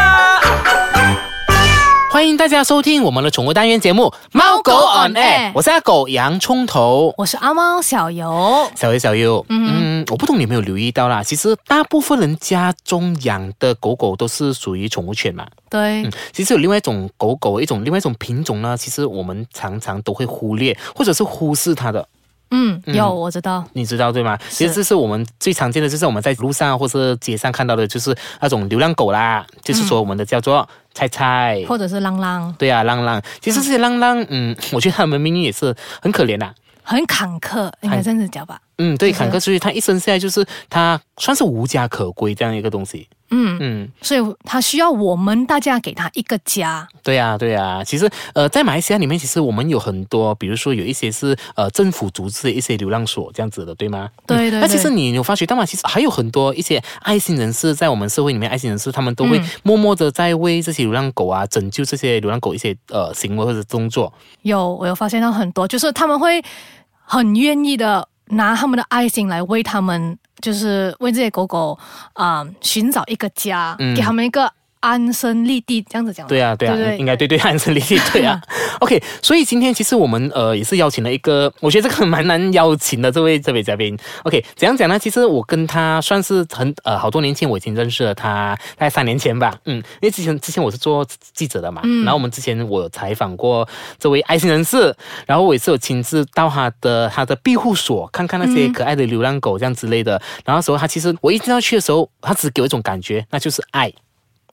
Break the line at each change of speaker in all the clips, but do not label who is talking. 啊！
欢迎大家收听我们的宠物单元节目《猫狗 on air》，我是阿狗洋葱头。
我是阿猫小游。
小优，小优，嗯我不懂你有没有留意到啦？其实大部分人家中养的狗狗都是属于宠物犬嘛。
对，
嗯，其实有另外一种狗狗，一种另外一种品种呢，其实我们常常都会忽略或者是忽视它的，
嗯，有我知道，
你知道对吗？其实
是
这是我们最常见的，就是我们在路上或是街上看到的，就是那种流浪狗啦，就是说我们的叫做菜菜。
或者是浪浪，
对啊，浪浪，其实这些浪浪，嗯，我觉得他们命运也是很可怜的、啊
很坎坷，应该这样子讲吧。
嗯，对，
是
坎坷，所以他一生下来就是他算是无家可归这样一个东西。
嗯，
嗯，
所以他需要我们大家给他一个家。
对啊，对啊。其实呃，在马来西亚里面，其实我们有很多，比如说有一些是呃政府组织的一些流浪所这样子的，对吗？
对对
那其实
对
你有发觉到吗？其实还有很多一些爱心人士，在我们社会里面，爱心人士他们都会
嗯
默默的在为这些流浪狗啊，拯救这些流浪狗一些呃行为或者动作。
有，我有发现到很多，就是他们会很愿意的拿他们的爱心来为他们，就是为这些狗狗啊、寻找一个家，
嗯
给他们一个安身立地，这样子讲吗。
对啊，对啊，
对不对
应该对对，汉森利益对 啊。OK，所以今天其实我们呃也是邀请了一个，我觉得这个蛮难邀请的这位这位嘉宾。OK，怎样讲呢？其实我跟他算是很呃好多年前我已经认识了他，大概三年前吧。嗯，因为之前之前我是做记者的嘛，
嗯
然后我们之前我有采访过这位爱心人士，然后我也是有亲自到他的他的庇护所看看那
嗯
些可爱的流浪狗这样之类的。然后那时候他其实我一进到去的时候，他只给我一种感觉，那就是爱。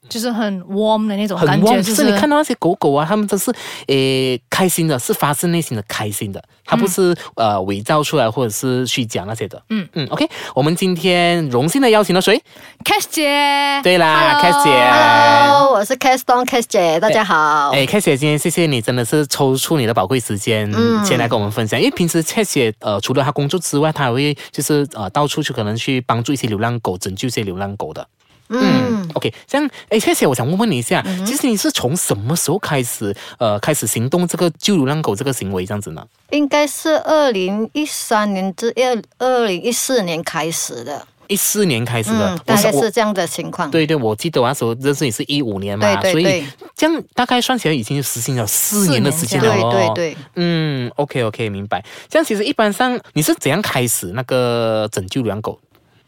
就是很 warm 的那种
很
感
旺，
觉，
就
就是是
你看到那些狗狗啊，它们真是诶开心的，是发自内心的开心的，它不是、呃伪造出来或者是虚假那些的。
嗯
嗯，OK，我们今天荣幸的邀请了谁？
Cash 姐，
对啦
Hello，
，Cass 姐。
Hello，我是 Cass Don Cass 姐，大家好。
哎，Cass 姐，今天谢谢你，真的是抽出你的宝贵时间，
嗯
前来跟我们分享。因为平时 Cass 姐呃，除了她工作之外，她还会就是呃到处去可能去帮助一些流浪狗，拯救一些流浪狗的。嗯
嗯，
，OK，这样，哎，谢谢，我想问问你一下，其实你是从什么时候开始，呃，开始行动这个救流浪狗这个行为这样子呢？
应该是二零一三年至二二零一四年开始的，
一四年开始的，
嗯，大概
我
是这样的情况。
对对，我记得我那时候认识你是一五年嘛，
对对对
所以这样大概算起来已经实行了四年的时间
对
了哦。
对对，
嗯，OK OK，明白。这样其实一般上你是怎样开始那个拯救流浪狗？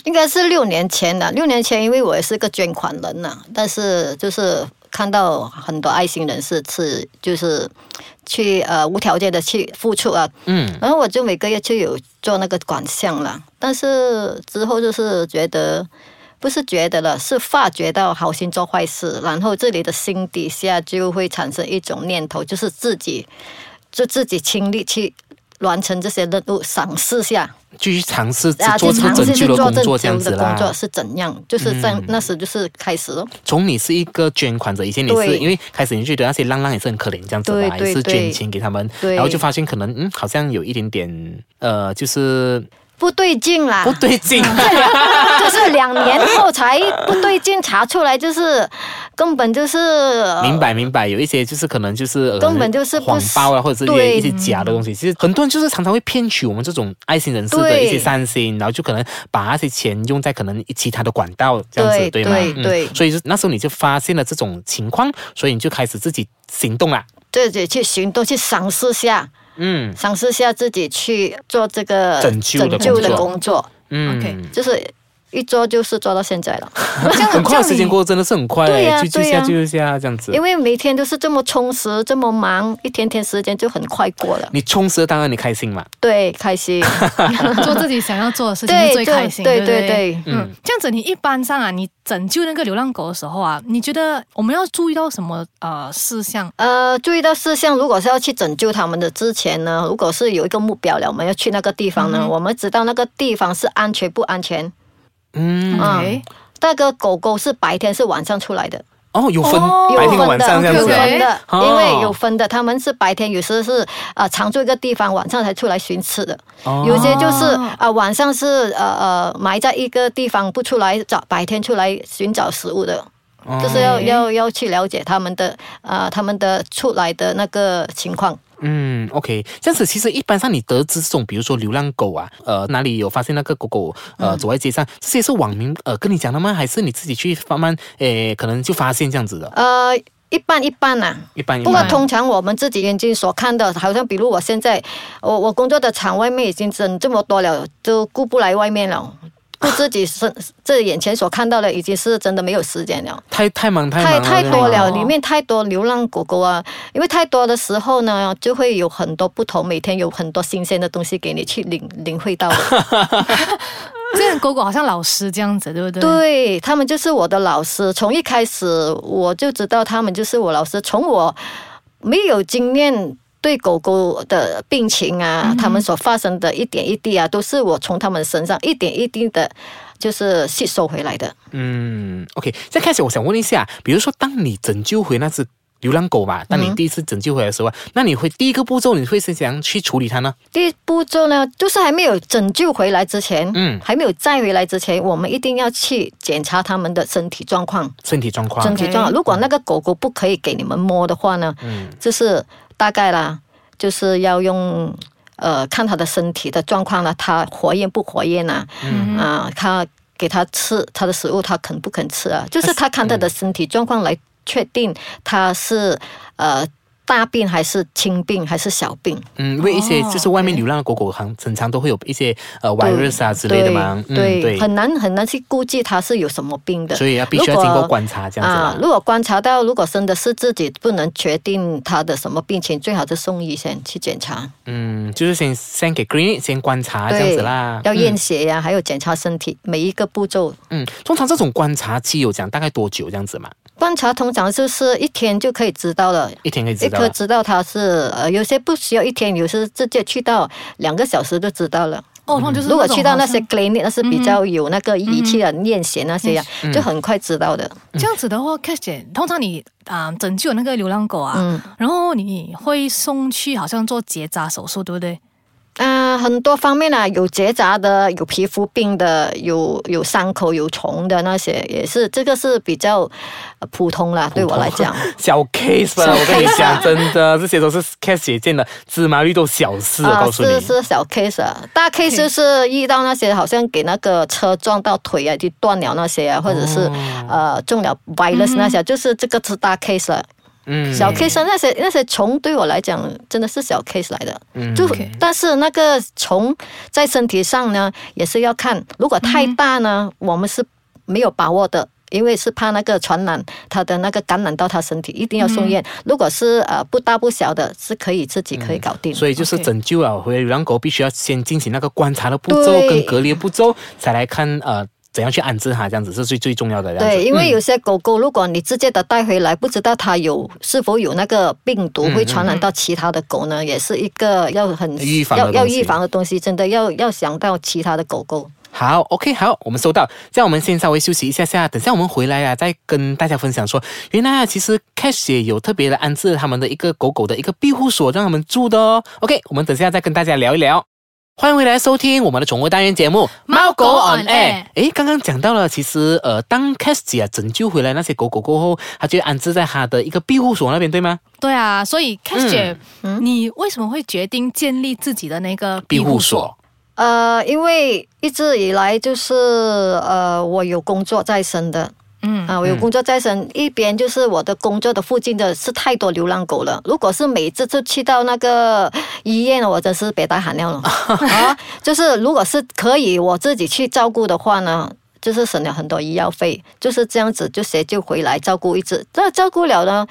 应该是六年前了。六年前，因为我也是个捐款人呐、但是就是看到很多爱心人士是就是去呃无条件的去付出啊，
嗯
然后我就每个月就有做那个管项了，但是之后就是觉得。不是觉得了，是发觉到好心做坏事，然后这里的心底下就会产生一种念头，就是自己就自己亲力去完成这些任务，赏识下
继续尝试
啊，
做
去
这个
尝
拯
试
救
去
的
做
工
这
作这样子
的工作
啦。嗯
是怎样，就是在、那时就是开始咯。
从你是一个捐款者，以前你是
对
因为开始你就觉得那些浪浪也是很可怜这样子
对
吧，
对
也是捐
对
钱给他们，
对
然后就发现可能嗯好像有一点点呃就是
不对劲啦，
不对劲，
啊就是两年后才不对劲，查出来就是根本就是 呃
明白明白，有一些就是可能就是呃
根本就是不
谎报啊，或者是一些
对嗯
一些假的东西。其实很多人就是常常会骗取我们这种爱心人士的
对
一些善心，然后就可能把那些钱用在可能其他的管道这样子，
对
吗？嗯
对对
所以就那时候你就发现了这种情况，所以你就开始自己行动啦。
自己去行动，去尝试下，
嗯
尝试下自己去做这个
拯救的工作
拯救的工作，
嗯
OK
就是一做就是做到现在了。
这样
很快时间
这样
过得真的是很快、
对呀
就就
对
下
呀
就下这样子。
因为每天都是这么充实，这么忙，一天天时间就很快过了。
你充实了，当然你开心嘛。
对，开心，
你 做自己想要做的事情
对
是最开心的，
对
不
对
对
对
嗯，这样子，你一般上啊，你拯救那个流浪狗的时候啊，你觉得我们要注意到什么呃事项？
呃，注意到事项，如果是要去拯救他们的之前呢，如果是有一个目标了，我们要去那个地方呢，我们知道那个地方是安全不安全。
嗯，
啊
OK，
那个狗狗是白天是晚上出来的，
哦，有分、
哦
白天跟晚上这样
有
子啊。
OK，OK
分的，
哦
因为有分的，他们是白天有时是啊、呃常住一个地方，晚上才出来寻吃的，
哦
有些就是啊、呃晚上是呃呃埋在一个地方不出来找，白天出来寻找食物的，
哦
就是要要要去了解他们的啊、呃他们的出来的那个情况。
嗯，OK，这样子其实一般上你得知这种，比如说流浪狗啊，呃，哪里有发现那个狗狗
嗯
呃走在街上，这些是网民呃跟你讲的吗？还是你自己去慢慢诶可能就发现这样子的？
呃，一般一般啦、
一般一
不过
般。
通常我们自己眼睛所看的，好像比如我现在，我我工作的场外面已经整这么多了，都顾不来外面了，顾自己身这眼前所看到的，已经是真的没有时间了。
太太忙太忙
太
了
太
对
多
吗
了，里面太多流浪狗狗啊！因为太多的时候呢，就会有很多不同，每天有很多新鲜的东西给你去领领会到的。
这样狗狗好像老师这样子，对不对？，
对他们就是我的老师，从一开始我就知道他们就是我老师。从我没有经验对狗狗的病情啊，他们所发生的一点一滴啊，都是我从他们身上一点一滴的，就是吸收回来的。
嗯，OK，再开始我想问一下，比如说当你拯救回那只流浪狗吧，当你
嗯
第一次拯救回来的时候啊，那你会第一个步骤你会是怎样去处理它呢？
第一步骤呢，就是还没有拯救回来之前，
嗯
还没有载回来之前，我们一定要去检查他们的身体状况。
身体状况
整体状况。如果那个狗狗不可以给你们摸的话呢，
嗯
就是大概啦，就是要用呃看它的身体的状况啦，它活跃不活跃呐、
嗯
嗯
啊，它给它吃它的食物，它肯不肯吃
嗯
啊？就是它看它的身体状况来确定它是呃大病还是轻病还是小病。
嗯，因为一些
哦
就是外面流浪的狗狗，很很常都会有一些呃 virus 啊之类的嘛，嗯，
对，
对，
很难很难去估计它是有什么病的，
所以要必须要
如果
经过观察这样子
啊
啦。。
如果观察到，如果真的是自己不能决定它的什么病情，最好就送医先去检查，
嗯，就是先先给 Green 先观察啊这样子啦，
要验
嗯
血呀、还有检查身体每一个步骤。
嗯，通常这种观察期有讲大概多久这样子嘛？
观察通常就是一天就可以知道了。
一天可以
一
知道
颗
了。
知道它是呃，有些不需要一天，有些直接去到两个小时就知道了。
哦，那就是
如果
种
去到
好
那
像嗯
些 clinic，那是比较有那个仪器啊、验血那些呀、
嗯
就很快知道的。
这样子的话，Cash 姐，通常你啊、拯救那个流浪狗啊，
嗯
然后你会送去好像做结扎手术，对不对？
啊、很多方面啊，有结扎的，有皮肤病的，有有伤口、有虫的那些，也是这个是比较呃普通啦，对我来讲。
小 case 吧，我跟你 讲，真的，这些都是 case 写见的，芝麻绿豆小事，我告诉你。
是是小 case 啊，大 case 就是遇到那些好像给那个车撞到腿啊，就断了那些啊，或者是、
哦
呃中了 virus 那些，啊就是这个是大 case 了。
嗯
小 case 啊那些那些虫对我来讲真的是小 case 来的，
嗯
就
OK
但是那个虫在身体上呢也是要看，如果太大呢，我们是没有把握的。因为是怕那个传染，它的那个感染到它身体，一定要
嗯
送院。如果是呃不大不小的，是可以自己可以搞定。
嗯所以就是
OK
拯救了回来流浪狗，必须要先进行那个观察的步骤
对
跟隔离的步骤，才来看呃怎样去安置它，这样子是最最重要的。这样子
对，因为有些狗狗，如果你直接的带回来，不知道它有是否有那个病毒
嗯
会传染到其他的狗呢，也是一个要很
预防的
要
东西
要预防的东西，真的要要想到其他的狗狗。
好，OK，好，我们收到。这样我们先稍微休息一下下，等下我们回来啊，再跟大家分享说，原来啊，其实 Cash 也有特别的安置他们的一个狗狗的一个庇护所，让他们住的哦。OK，我们等下再跟大家聊一聊。欢迎回来收听我们的宠物单元节目《
猫狗 on air
诶，刚刚讲到了，其实呃，当 Cash 姐啊拯救回来那些狗狗过后，她就安置在她的一个庇护所那边，对吗？
对啊，所以 Cash 姐，你为什么会决定建立自己的那个
嗯庇护
所？
所。
呃，因为一直以来就是呃，我有工作在身的，
嗯
啊，我有工作在身，一边就是我的工作的附近的是太多流浪狗了。如果是每次就去到那个医院，我真是别打喊尿了啊！就是如果是可以我自己去照顾的话呢。就是省了很多医药费，就是这样子就协就回来照顾一只。那照顾了呢，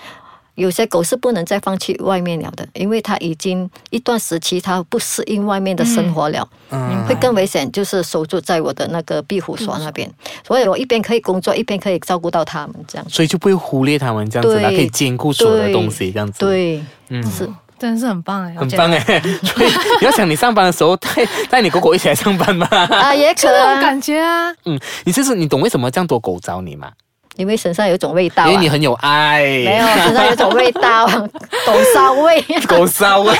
有些狗是不能再放去外面了的，因为它已经一段时期它不适应外面的生活了。
嗯
会更危险，就是收住在我的那个庇护所那边，所以我一边可以工作，一边可以照顾到他们这样。
所以就不会忽略他们这样子啦，
对
可以兼顾所有的东西，这样子。嗯
对，是
真的是很棒哎，我
很
觉得
棒哎、 所以你要想你上班的时候带带你狗狗一起来上班吗？
啊，也可
就那种
啊，
感觉啊。
嗯，你就是你懂为什么这样多狗找你吗？
因为身上有一种味道、啊，
因为你很有
没有
爱，
啊 身上有一种味道，狗骚味。
狗骚味。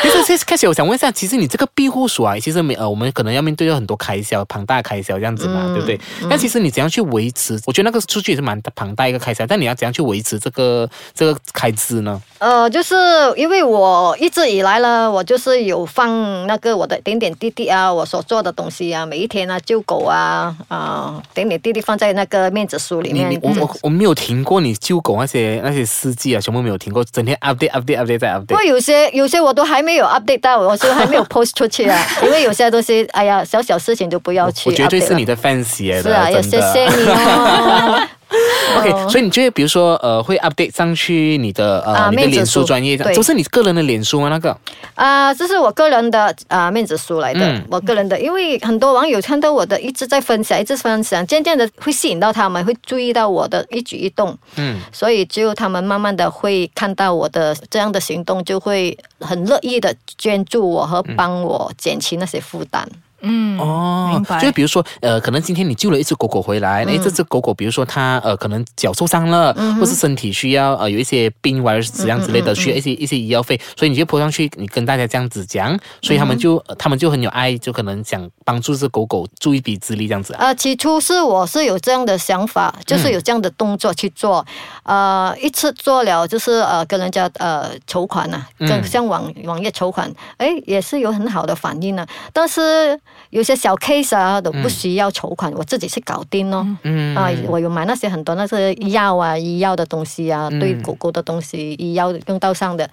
其实所以开始我想问一下，其实你这个庇护所啊，其实每呃，我们可能要面对到很多开销，庞大开销这样子嘛，
嗯
对不对？那其实你怎样去维持？我觉得那个数据也是蛮庞大一个开销，但你要怎样去维持这个这个开支呢？
呃，就是因为我一直以来呢，我就是有放那个我的点点滴滴啊，我所做的东西啊，每一天啊，救狗啊，啊、点点滴滴放在那个面子书里
你
面
你。我
嗯
我我没有停过你救狗那些那些司机啊，全部没有停过，整天 update update update 再
不
update。
过有些有些我都还没有 update 到，我就还 没有 post 出去啊，因为有些东西，哎呀，小小事情就不要
我
去 update 了。
绝对是你的 fans 耶
是啊，也
真
谢
的。
谢你哦。
OK，所以你就会比如说呃，会 update 上去你的呃、
啊
你的
面子
脸书
书
专业，
对
都是你个人的脸书吗？那个
啊、这是我个人的啊、面子书来的，
嗯
我个人的，因为很多网友看到我的一直在分享，一直分享，渐渐的会吸引到他们，会注意到我的一举一动，
嗯，
所以只有他们慢慢的会看到我的这样的行动，就会很乐意的捐助我和
嗯
帮我减轻那些负担。
嗯，
哦
明，白
就是比如说，呃，可能今天你救了一只狗狗回来，
嗯
诶，这只狗狗，比如说它呃，可能脚受伤了，或是身体需要呃有一些病 virus 怎样之
嗯
类的，需要一些一些医药费，所以你就泼上去，你跟大家这样子讲，所以
嗯
他们就、呃他们就很有爱，就可能想帮助这狗狗助一臂之力这样子啊。
呃，起初是我是有这样的想法，就是有这样的动作去做，呃，一次做了就是呃跟人家呃筹款呐、啊，跟向网网页筹款，哎，也是有很好的反应呢、啊但是有些小 case 啊都不需要筹款，我自己去搞定咯。
嗯
啊，我有买那些很多那些药啊、医药的东西啊，对狗狗的东西、医药用到上的，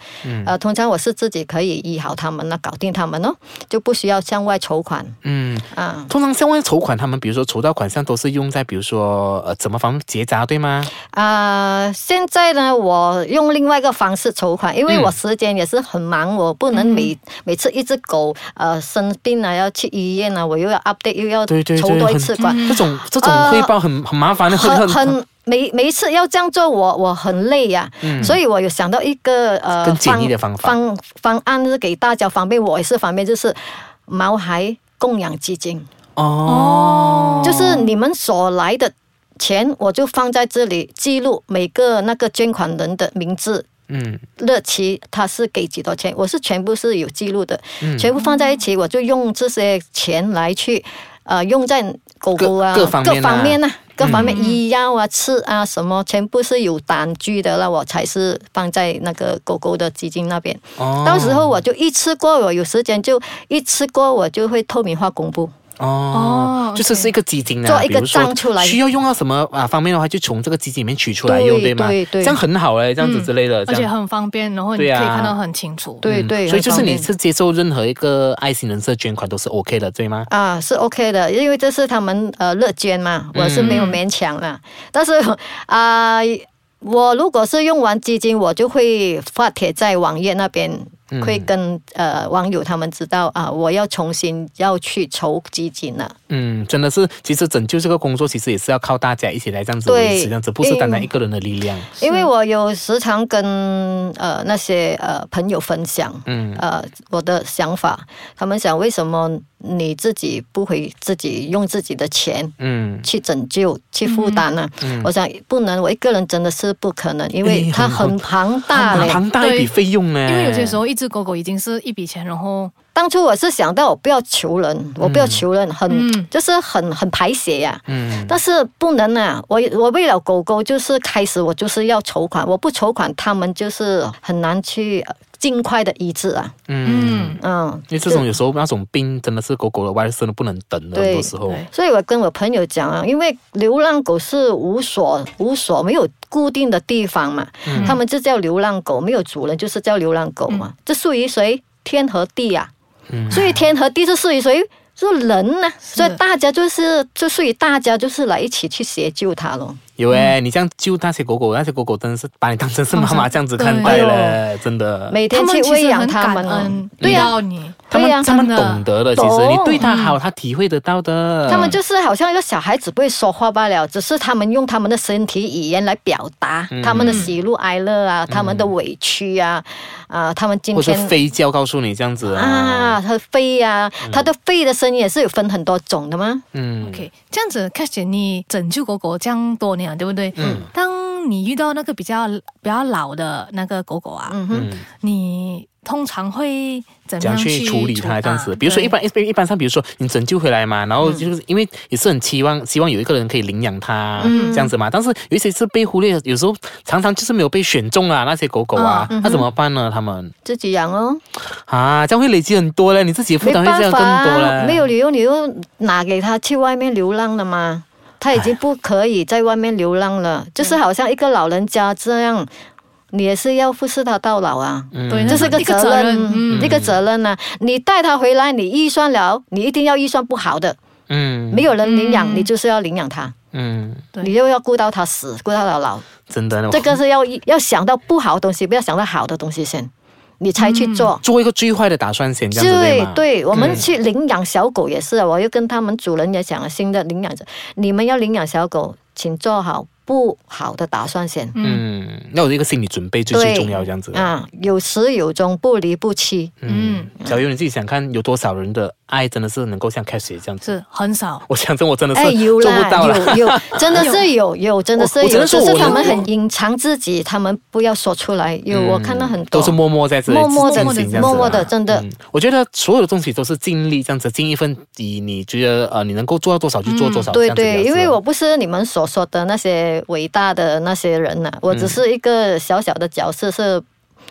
呃，通常我是自己可以医好它们呢，啊搞定它们咯，就不需要向外筹款
嗯，
啊。
通常向外筹款，他们比如说筹到款项都是用在比如说呃怎么方面结扎对吗？
啊、现在呢，我用另外一个方式筹款，因为
嗯
我时间也是很忙，我不能每、每次一只狗呃生病了要去医院了，啊我又要 update 又要
对对对
筹多一
很
次款，
这种这种
呃
汇报很、很嗯麻烦的，
很很每每一次要这样做我，我很累呀、所以我有想到一个呃
更简易的方法
方方案是给大家方便，我也是方便，就是毛孩供养基金。
哦，
就是你们所来的钱，我就放在这里记录每个那个捐款人的名字。
嗯
日期他是给几多钱，我是全部是有记录的，
嗯
全部放在一起，我就用这些钱来去，呃，用在狗狗啊
各各方面啊
各方面啊，各方面医药啊、吃啊什么，全部是有单据的了，我才是放在那个狗狗的基金那边。
哦
到时候我就一次过，我有时间就一次过，我就会透明化公布。
哦
哦，
就是是一个基金啊，
做一
比
个
如说
账出来
需要用到什么啊方面的话，就从这个基金里面取出来用，
对
吗？
对对嗯
这样很好哎，这样子之类的，这
而且
样。
很方便，然后你可
对
以
啊
看到很清楚。
对对，
嗯所以就是
很方
你
便
是接受任何一个爱心人士的捐款都是 OK 的，对吗？
啊，是 OK 的，因为这是他们呃乐捐嘛，我是没有勉强啦。但是啊、我如果是用完基金，我就会发帖在网页那边，会跟呃网友他们知道啊，我要重新要去筹基金了。
嗯，真的是，其实拯救这个工作其实也是要靠大家一起来这样子维
对
持，这样子不是
因为
单单一个人的力量。
因为我有时常跟呃那些呃朋友分享，
嗯
呃我的想法，他们想为什么你自己不会自己用自己的钱，
嗯，
去拯救、去负担呢、我想不能，我一个人真的是不可能，因为
哎
它
很
很庞大
嗯
嘞。
庞大一笔
对
费用呢，
因为有些时候一只狗狗已经是一笔钱，然后
当初我是想到我不要求人，我不要求人，很、
嗯
就是很很排泄呀、
嗯，
但是不能啊！我我为了狗狗，就是开始我就是要筹款，我不筹款，他们就是很难去呃尽快的医治啊。
嗯。
嗯，
因为这种有时候那种病真的是狗狗的外真的不能等的，很
对
多时候
对
所以我跟我朋友讲啊，因为流浪狗是无所无所没有固定的地方嘛，他们就叫流浪狗，没有主人就是叫流浪狗嘛，这属于谁？天和地呀、
嗯
所以天和地是属于谁？是人呐、所以大家就是就属于大家就是来一起去协救它咯。
有诶、
嗯
你这样救那些狗狗，那些狗狗真的是把你当成是妈妈这样子看待嘞，
嗯
真的。
每
他
天去
们其啊
喂
实
养
很
它
感
们哦，
恩，
对
遇
呀、
到你，
他们
对呀
啊他们
真的
懂得的，其实
懂
你对它好，它体会得到的。
他们就是好像一个小孩子不会说话罢了，只是他们用他们的身体语言来表达、
嗯
他们的喜怒哀乐啊，他们的委屈啊，啊、他们今
或者
天
飞叫告诉你这样子啊，
啊，它吠呀、它的吠的声音也是有分很多种的吗？
嗯，
OK，这样子 c a s h 你拯救狗狗这样多年了，对不对？嗯。当你遇到那个比较比较老的那个狗狗啊，
嗯哼，
你通常会怎
怎
么
样
样
去处理它这样子？
啊
比如说
对
一般一般一般上，比如说你拯救回来嘛，然后
嗯
就是因为也是很期望希望有一个人可以领养它、
嗯
这样子嘛，但是有一些是被忽略的，有时候常常就是没有被选中啊，那些狗狗
哦
啊，
嗯
那、怎么办呢？他们
自己养哦，
啊，这样会累积很多嘞，你自己的负
没
担会这样
办
更
法
多
啊，
嘞，
没有理由你又拿给他去外面流浪了嘛。他已经不可以在外面流浪了，就是
哎
好像一个老人家这样，你也是要服侍他到老啊。
嗯
对，
这
那
是个
一
责
责
任，
嗯，
一个责任呢、你带他回来，你预算了，你一定要预算不好的，
嗯
没有人领养，
嗯
你就是要领养他，
嗯，
对
你又要顾到他死，顾到他老，
真的，
这个是要要想到不好的东西，不要想到好的东西先，你才去做。
做一个最坏的打算嗯先，这样子
对
吗？
对，我们去领养小狗也是，啊我又跟他们主人也讲了，新的领养者，你们要领养小狗，请做好不好的打算先。
嗯，要有一个心理准备最
对
最重要，这样子。
啊，有始有终，不离不弃。
嗯，小优你自己想看有多少人的爱真的是能够像 Cash 姐这样子？
是很少。
我想真我 真的是
哎，有
做不
啦，
到了。
有 有，真的是有有，真的是
我我只
有，
能说
只是
我
他
能
们很隐藏自己，他们不要说出来。 有，我看到很多
嗯都是默默在这里
默默地
进行这样子啊
默默地真的
嗯我觉得所有的东西都是尽力这样子，尽一份力。你觉得呃，你能够做到多少就做多少。
嗯
这
对
样子
对，
这样
因
子啊
为我不是你们所说的那些伟大的那些人
嗯
呐、我只是一个小小的角色是。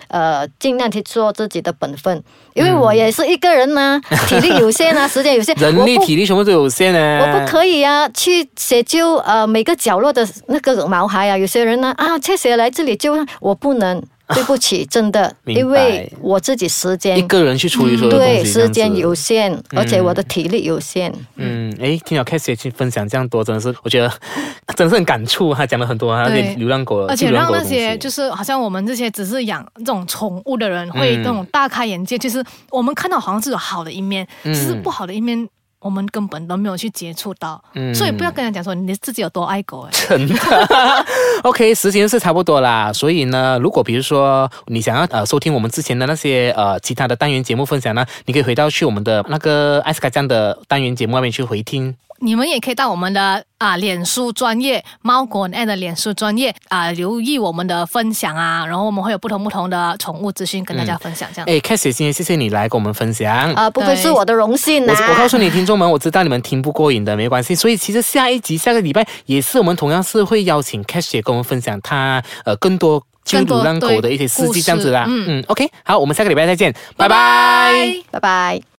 呃，尽量去做自己的本分，因为我也是一个人 呐、体力有限啊，时间有限，
嗯人力
我不
体力全部都有限呢。
我不可以啊，去写就呃每个角落的那个毛孩啊，有些人呢啊，切谁来这里就我不能，对不起，真的，
啊明白
因为我自己时
一
间
个人去处理所有的东西。
嗯对时间有
限。
限，而且我的体力有限，
嗯，诶，听了 Cash 姐去分享这样多，真的是我觉得 真的是很感触。她讲了很多啊，
对
那流浪狗，
而且
流浪
让
狗的
那
东西
些就是好像我们这些只是养这种宠物的人
嗯
会那种大开眼界，就是我们看到好像是有好的一面，其实
嗯
不好的一面我们根本都没有去接触到，
嗯
所以不要跟人讲说你自己有多爱狗、哎。
真的。OK，时间是差不多啦，所以呢，如果比如说你想要呃收听我们之前的那些呃其他的单元节目分享呢，你可以回到去我们的那个艾斯卡酱的单元节目外面去回听。
你们也可以到我们的啊脸书专业猫狗 and 的脸书专业啊留意我们的分享啊，然后我们会有不同不同的宠物资讯跟大家分享，这样。
哎 c a s 今天谢谢你来跟我们分享。
啊，不愧是我的荣幸啊
我
呐、
我告诉你，听众们，我知道你们听不过瘾的，没关系。所以其实下一集、下个礼拜也是我们同样是会邀请 Cash 姐跟我们分享她呃更多就
更多
流浪狗的一些事
对
迹这样子啦。
故事
嗯 o k 好，我们下个礼拜再见，拜拜
拜拜。